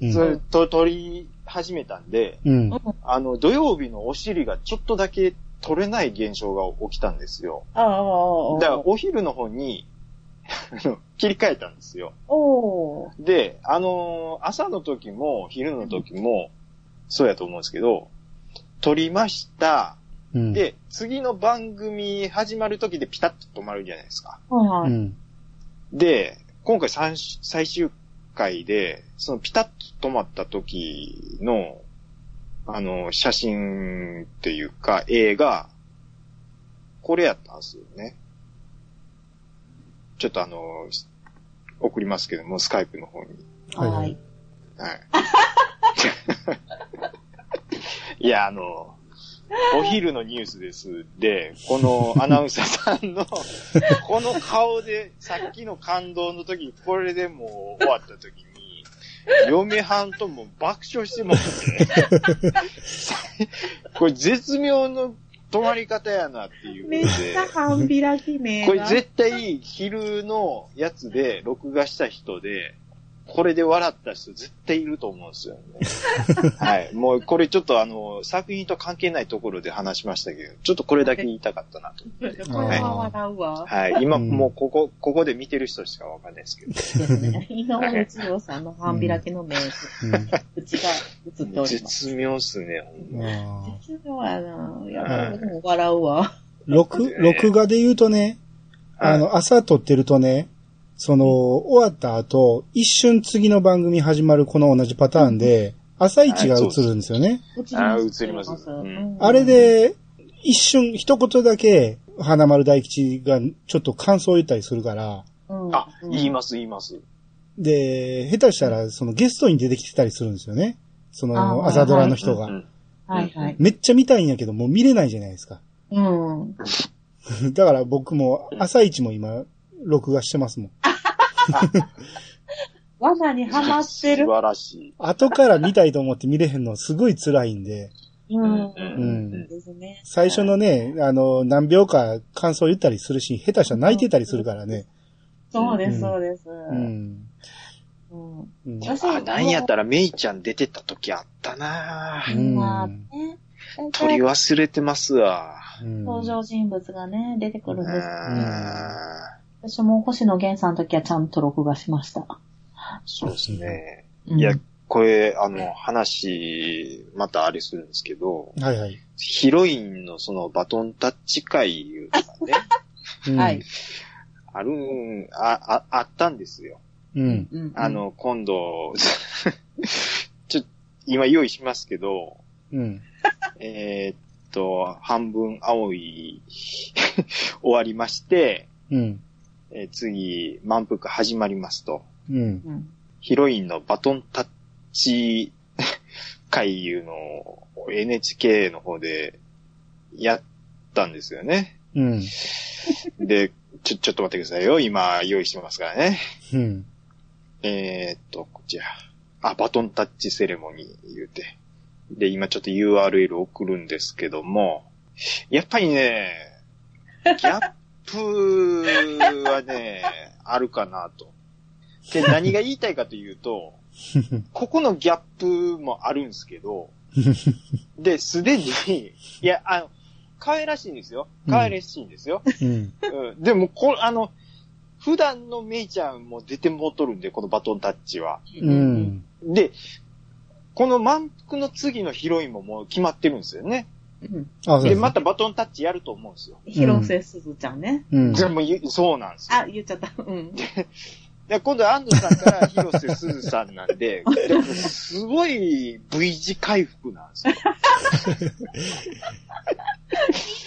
うんそれと、取り始めたんで、うん。あの、土曜日のお尻がちょっとだけ取れない現象が起きたんですよ。ああ、だから、お昼の方に、 [LAUGHS] あの切り替えたんですよ。おーで、あのー朝の時も、昼の時も、そうやと思うんですけど、撮りました。うん。で、次の番組始まる時でピタッと止まるじゃないですか。はういはい。ん。で、今回三し最終回で、そのピタッと止まった時の、あの、写真っていうか、映画、これやったんですよね。ちょっとあの、送りますけども、スカイプの方に。はいははいい。 [LAUGHS] はい。いや、あの、お昼のニュースです。で、このアナウンサーさ [LAUGHS] んの、この顔で、さっきの感動の時に、これでもう終わった時に、嫁はんとも爆笑してま [LAUGHS] すね。これ絶妙の止まり方やなっていうめっことちでゃ半開き目が。これ絶対昼のやつで録画した人で、これで笑った人絶対いると思うんですよね。はい。もうこれちょっとあの、作品と関係ないところで話しましたけど、ちょっとこれだけ言いたかったなと。これは笑うわ。はい。今うんもうここ、ここで見てる人しかわかんないですけど。ですね。井上一郎さんの半開きの目、うちが映っております。絶妙っすね。うんあー絶妙やな。いや、僕も笑うわ。録、録画で言うとね、あの、朝撮ってるとね、その、終わった後、一瞬次の番組始まるこの同じパターンで、朝一が映るんですよね。あー映りますうんあれ、で、一瞬、一言だけ、花丸大吉がちょっと感想を言ったりするから、うんあ、言いまます、言います。で、下手したら、そのゲストに出てきてたりするんですよね。その、あ朝ドラの人うが。ん。はいはい。めっちゃ見たいんやけど、もう見れないじゃないですか。 [LAUGHS] うん。だから僕も、朝一も今、録画してますもん。罠にはまってる素。晴らしい。後から見たいと思って見れへんのすごい辛いんで、う。うんんですね。最初のね、あの、何秒か感想言ったりするし、下手したら泣いてたりするからね。そうでうんす、そうです。ううんん。うん女性あ、なんやったらメイちゃん出てた時あったなぁうんまあね、大取体り忘れてますわ。うん登場人物がね、出てくうるんです。ん。私も星野源さんの時はちゃんと録画しました。そうですね。うんいや、これ、あの、話、またあれするんですけど、はいはい。ヒロインのそのバトンタッチ会いうのが [LAUGHS] ね、うんはい。。あるん、あ、あ、あったんですよ。うん。うんあ、の、今度、 [LAUGHS] ちょ、今用意しますけど、うん。えーっと、半分青い [LAUGHS] 終わりまして、うん。えー次、満腹始まりますと。うん。うんヒロインのバトンタッチ [LAUGHS] 会いうのを NHK の方でやったんですよね。うん。で、ちょ、ちょっと待ってくださいよ。今用意してますからね。うん。えーっと、こちら。あ、バトンタッチセレモニー言うて。で、今ちょっと URL 送るんですけども、やっぱりね、ギャップはね、あるかなと。で、何が言いたいかというと、ここのギャップもあるんです [LAUGHS] けど、で、すでに、いや、あの、可愛らしいんですよ。可愛らしいんですよ。うん。うん、でも、こあの、普段のメイちゃんも出てもうとるんで、このバトンタッチは。う。ん。で、この満腹の次のヒロインももう決まってるんですよね。うんあ、そうで、ですまね。たバトンタッチやると思うんですよ。広瀬すずちゃんね。うん。でもゆそうなんですよ。あ、言っちゃった。うん。で今度は安藤さんから広瀬すずさんなん [LAUGHS] で、でもすごい V 字回復なんですよ。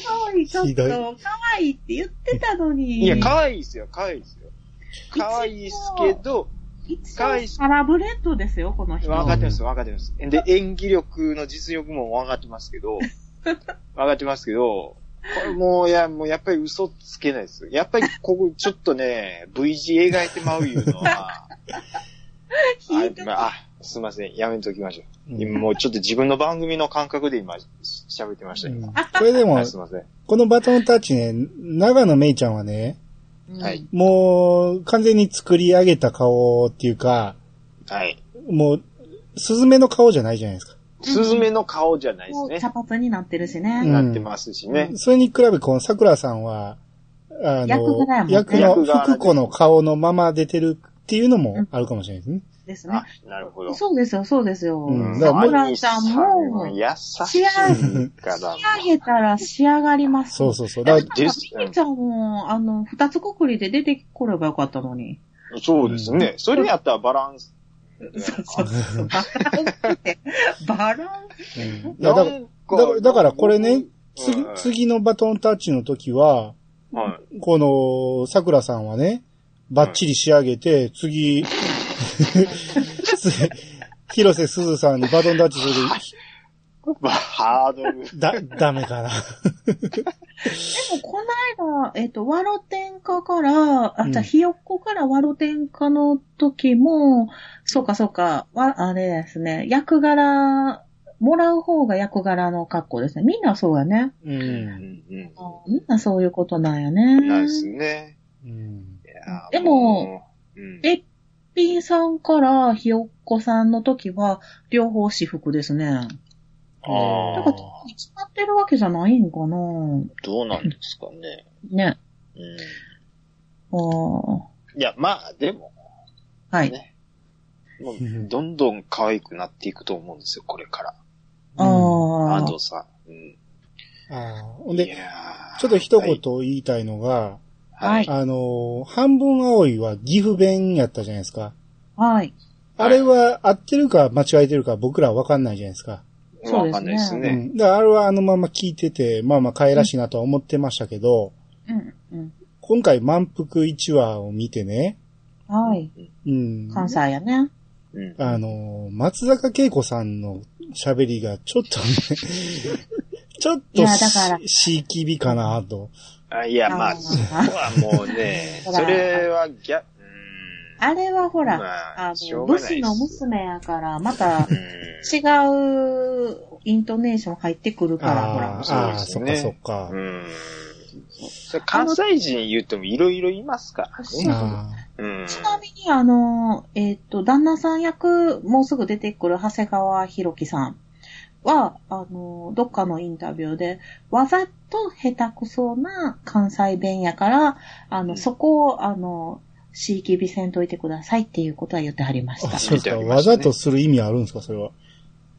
可愛い、ちょっひどいと、可愛いって言ってたのに。いや、可愛いですよ、可愛いですよ。可愛いですけど、一可愛い応サラブレッドですよ、この人。分かってます、分かってます。で、演技力の実力も分かってます [LAUGHS] けど、分かってますけど、これもう、いや、もうやっぱり嘘つけないです。やっぱりここちょっ [LAUGHS] とね、V 字描いてまういうのは、引いてたあまあ、あすいません、やめときましょう。うん今もうちょっと自分の番組の感覚で今、喋ってましたうんよ。これでもはい、すいません。このバトンタッチね、長野めいちゃんはね、うんはい。もう完全に作り上げた顔っていうか、はい。もう、スズメの顔じゃないじゃないですか。スズメの顔じゃないもうです茶ね。髪になってるしうんね。なってますしね。それに比べ、この桜さんは、あ役の柄やもん、ね役の福子の顔のまま出てるっていうのもあるかもしれないですね。ですねあ。、なるほど。そうですよ、そうですよ。うんサだムかラちゃんも、仕優しいから。上げたら仕上がります。そうそうそう。だからですミミちゃんも、あの、二つくくりで出てこればよかったのに。そうですね。それやったらバランス。そうそうそう。 [LAUGHS] バランスって、バランス。いやだからだからだからこれね、次、次のバトンタッチの時は、はこの、桜さんはね、バッチリ仕上げて、 [LAUGHS] 次、 [LAUGHS] つ広瀬すずさんにバトンタッチする、い。ハードル。だ、ダメかな。でも、この間、えっ、と、ワロ天下から、うあ、んじゃあひよっこからワロ天下の時も、そうかそうか、わ、あれですね、役柄、もらう方が役柄の格好ですね。みんなそうやね。う。うんんみんなそういうことなんやね。うん。なんですね。うん。うん。えピンさんからひよっこさんの時は、両方私服ですね。なんか、ああ、決まってるわけじゃないんかなどうなんですかね。ね。うあーん。いや、まあ、でも、はい。ねもうどんどん可愛くなっていくと思うんですよ、これから。ああ。安藤さん。うん。あーほんで、やちょっと一言言いたいのが、はい。あの、半分青いは岐阜弁やったじゃないですか。はい。あれは合ってるか間違えてるか僕らはわかんないじゃないですか。そうわですねかんないですうね。ん。だからあれはあのまま聞いてて、まあまあ可愛らしいなとは思ってましたけど、うん、うん。今回満腹1話を見てね、はい。うん。関西やね。うん。あの、松坂慶子さんの喋りがちょっ [LAUGHS] とね、ちょっいとやだからし、しいきびかなと。あいや、あまあ、ーそこはもうね、 [LAUGHS] ほらそれはギャ、うん。あれはほら、まああ、しょの、うが武ない士の娘やから、またう違ん。うイントネーション入ってくるから、ほあら。ーそうあー、ですそっねかそっかう。ん。それ関西人言ってもいろいろいますからそうね。あうん。ちなみに、あの、えーっと、旦那さん役、もうすぐ出てくる長谷川博樹さんは、あの、どっかのインタビューで、わざと下手くそな関西弁やから、あの、うんそこを、あの、地域美せんといてくださいっていうことは言ってはりましーあ、た。そうで見すてか。ありわましたねざとする意味あるんですか、それは。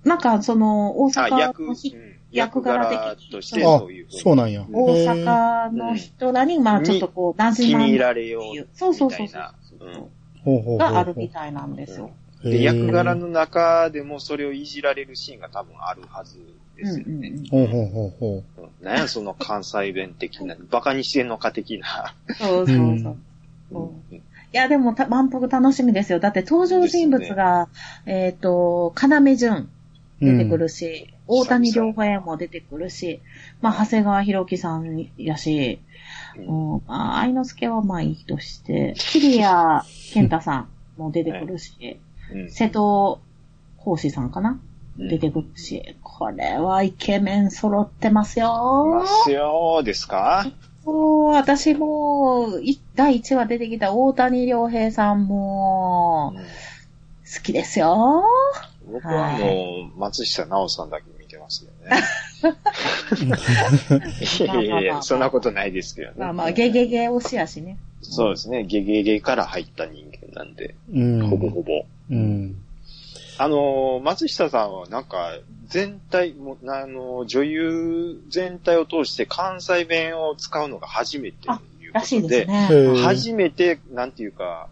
なんか、その、大あ、阪役、うの人、ん役役柄的に柄としてあそういうふうに。そうなんや。うん大へー阪の人らに、まあ、ちょっとこう、馴気染まにん入っられよていうう。、そうそうみたそういそうな。うんほうほうほうほうがあるみたいなんですよ。へで、ー役柄の中でもそれをいじられるシーンが多分あるはずですよね。うんほうほうほうほう。うんなんや、その関西弁的な、バカにしてんのか的な。そうそうそう。うんそういや、でもた、満腹楽しみですよ。だって登場人物が、えっ、と、要潤出てくるし、うん大谷良平も出てくるし、まあ、長谷川博樹さんやし、うんうん、まあ、愛之助はまあいいとして、キリア健太さんも出てくるし、うん瀬戸康史さんかなうん出てくるし、これはイケメン揃ってますよますよーですかもう、私も、い第1話出てきた大谷良平さんも、好きですよ。僕はもう、松下奈緒さんだけ見てますよね。いやいやいや、そんなことないですけどね。まあまあ、ゲゲゲ推しやしね。そうですね、ゲゲゲから入った人間なんで、うん。ほぼほぼ。うん。あのー、松下さんはなんか、全体、もうあのー、女優全体を通して関西弁を使うのが初めてというこらしいとですで、ね。へー初めて、なんていうか、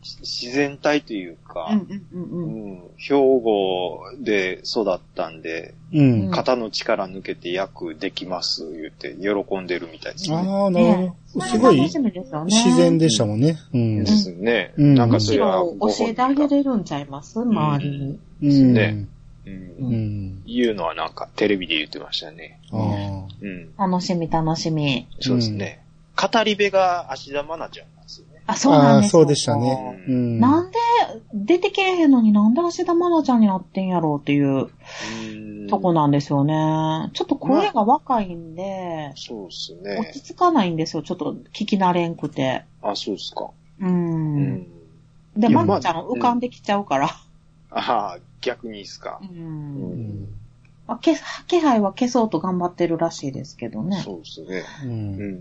し自然体というか、うんうんうんうん。うん兵庫で育ったんで、うん。肩の力抜けて役できます、言って、喜んでるみたいですね。ああ、なるほど。すごそれい楽しみですよね。自然でしたもんね。うんで。すね。うんなんかむそしれはろ教ご本え人てが、あげれるんちゃいます周りに。うん。ねう。うんん。いうのはなんかテレビで言ってましたね。ああ。うん。楽しみ楽しみ。そうですね。語り部が芦田愛菜ちゃんなんですよね。あ、そうなんですよあーそうでしたねううんん。なんで、出てけえへんのになんで芦田愛菜ちゃんになってんやろうっていう。とこなんですよね。ちょっと声が若いんで、そうです落ね。ち着かないんですよ。ちょっと聞き慣れんくて。あ、そうですか。うん。うん。で、いやまっちゃんまあ浮かんできちゃうから。ああ、逆にですかう。。うんん。まあ、け気配は消そうと頑張ってるらしいですけどね。そうですね。う。うんん。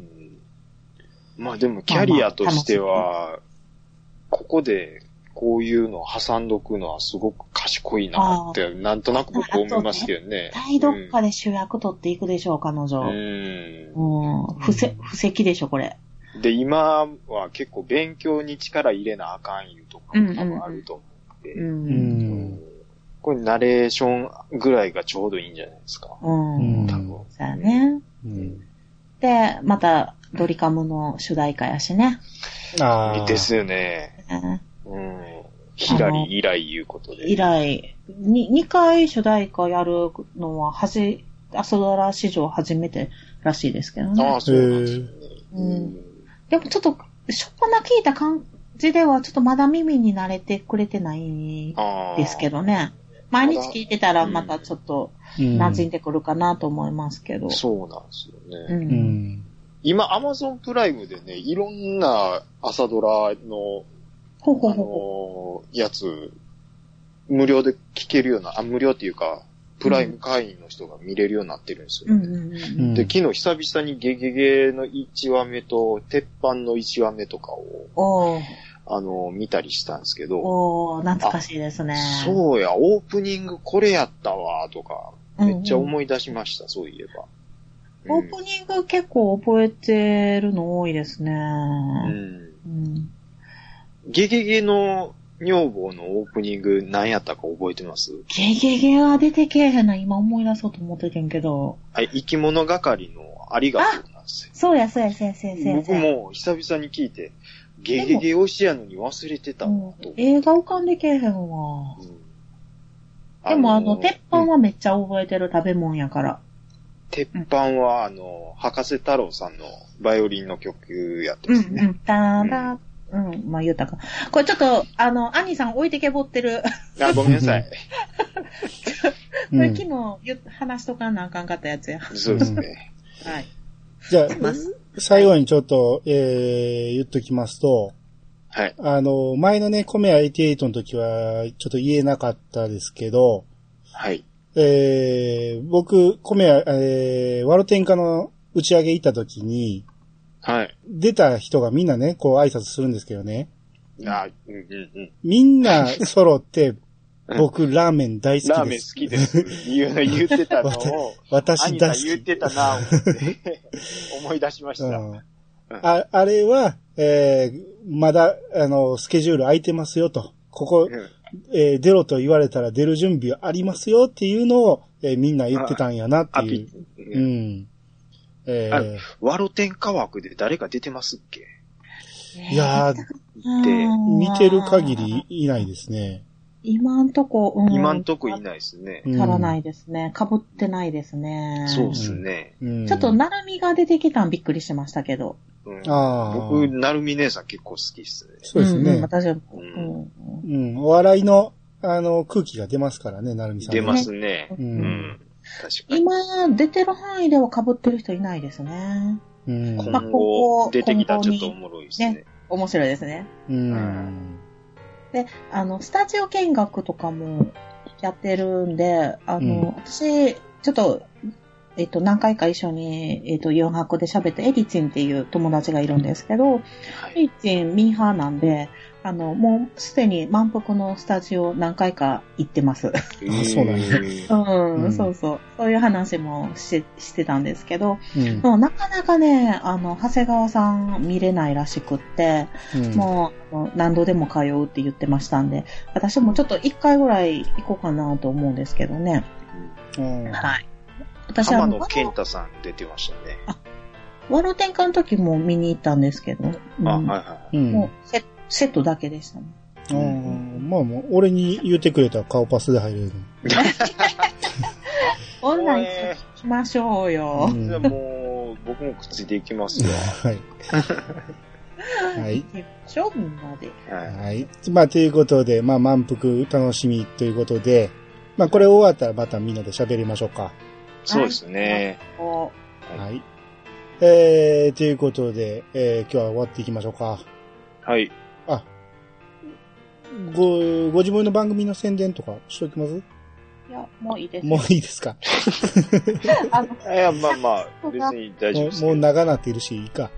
まあでも、キャリアとしては、ここで、こういうのを挟んどくのはすごく賢いなって、なんとなく僕思いますけどね。絶対どっかで主役取っていくでしょう、彼う女。ん。うん。不せ、不石でしょ、これ。うんで、今は結構勉強に力入れなあかんいうとこも多分あると思うんで。う。うんん。これナレーションぐらいがちょうどいいんじゃないですか。うん。うん多分。そうやね。うん。で、また、ドリカムの主題歌やしね。ああ。ですよね。うんうん。ヒラリー以来いうことで。以来、に、2回主題歌やるのは、はじ、アソドラ史上初めてらしいですけどあね。あ、そうなんですね。うん。でもちょっと、しょっぱな聞いた感じでは、ちょっとまだ耳に慣れてくれてないああ。ですけどね。毎日聞いてたら、うんまたちょっと、うん。馴染んでくるかなと思いますけど。そうなんですよう。ね。うんん。今、アマゾンプライムでね、いろんな朝ドラの、ほうほうほうあほのーやつ、無料で聞けるような、あ、無料っていうか、プライム会員の人が見れるようになってるんですう。うよ。んうんうん。で、昨日久々にゲゲゲの1話目と、鉄板の1話目とかを、おー、あの、見たりしたんですけど、おー、懐かしいですね。そうや、オープニングこれやったわ、とか、うんうんめっちゃ思い出しました、そういえば。オープニング結構覚えてるの多いですね。うん。うん。ゲゲゲの女房のオープニング何やったか覚えてますゲゲゲは出てけえへんな。今思い出そうと思っててんけど。あ生き物係のありがとうなんですよ。そうや、そうや、そうや、そうや、そうや。僕も久々に聞いて、ゲゲゲ推しやのに忘れてたわうとん。。映画浮かんでけえへんわ。うんでもあの、鉄板うんはめっちゃ覚えてる食べ物やから。鉄板は、あの、博士太郎さんのバイオリンの曲やっうてん、まうすね。ん、ただ、うん、まあ言うたか。これちょっと、あの、兄さん置いてけぼってる。あ、ごめんなさい。こうれん昨日言っ話しとかなあかんかったやつや。はそうですね。い。じゃあ、ます最後にちょっと、えー、言っときますと、はい。あの、前のね、コメア88の時は、ちょっと言えなかったですけど、はい。えー、僕、コメア、えー、ワロテンカの打ち上げ行った時に、はい。出た人がみんなね、こう挨拶するんですけどね、あ、うんうんうん。みんな揃って、うん僕、ラーメン大好ラーきメでンす。好きです。言う言ってたの [LAUGHS] を、私兄さ大ん好言っき。てた [LAUGHS] な、思って、思い出しましうた。んああれは、えー、まだ、あの、スケジュール空いてますよと。ここ、えー出ろと言われたら出る準備はありますよっていうのを、えーみんな言ってたんやなってアいうピ。、ううんん。えーワロテン科学で誰か出てますっけいやー、で見てる限り。いないですね。今んとこ、うん。今んとこいないですね。うん足らないですね。被ってないですね。そうですね。うんちょっと、なるみが出てきたんびっくりしましたけど。うんあー僕、なるみ姉さん結構好きですね。そうですうんうんね。私は、ううんん。うん、お笑いの、あの、空気が出ますからね、なるみさん。出ますね。う。うんん。確かに。今、出てる範囲では被ってる人いないですね。うん。まあ今ここ後出てきたらちょっとおもろいですね。面白いですね。うん。あの、スタジオ見学とかもやってるんで、あの、私、ちょっと、えっと、何回か一緒に、えっと、4泊で喋って、エリチンっていう友達がいるんですけど、はエいリチンミーハーなんで、あの、もうすでに満腹のスタジオ何回か行ってます。あそうなんやうや。ん、うんそうそう。そういう話もししてたんですけど、うん。もうなかなかね、あの、長谷川さん見れないらしくって、うんもうあの何度でも通うって言ってましたんで、私もちょっと一回ぐらい行こうかなと思うんですけどね。うんはい。私は浜あ野の、健太さん出てましたね。ワロ転換の時も見に行ったんですけど、うんあ、はいはうん。もうセセットだけでしたね。あーまあもう、俺に言ってくれたら顔パスで入れる。オンラインえ行きましょうよう。い。んじゃあもう、僕もくっついていきますよ。はい。はい。行きましょう、みんなで。はい。はい。まあ、ということで、まあ、満腹楽しみということで、まあ、これ終わったらまたみんなで喋りましょうか。そうですね。こは。はいえー、ということで、えー、今日は終わっていきましょうか。はい。ご、ご自分の番組の宣伝とかしときますういや、もういいです。もういいですかあの、いや、まあまあ、別に大丈も夫でうすもうけど。長なっているし、いいか。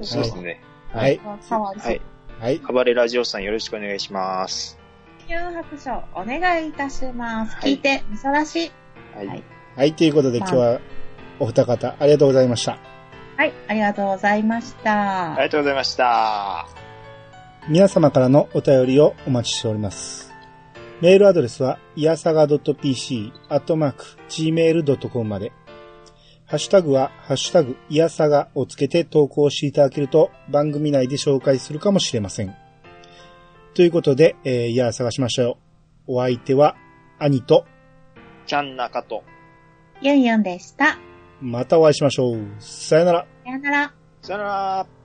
そうですね。はい。かわいそはうい。。はい。暴れラジオさんよろしくお願いします。旧白書、お願いいたします。は聞いいて、みそらし。はい。はいはい。ということで、今日はお二方、ありがとうございました。はい、ありがとうございました。ありがとうございました。皆様からのお便りをお待ちしております。メールアドレスは、いやさが .pc、アットマーク、gmail.com まで。ハッシュタグは、ハッシュタグ、いやさがをつけて投稿していただけると、番組内で紹介するかもしれません。ということで、えー、いやさがしましたよ。お相手は、兄と、ちゃんなかと。ユンユンでした。またお会いしましょう。さよなら。さよなら。さよなら。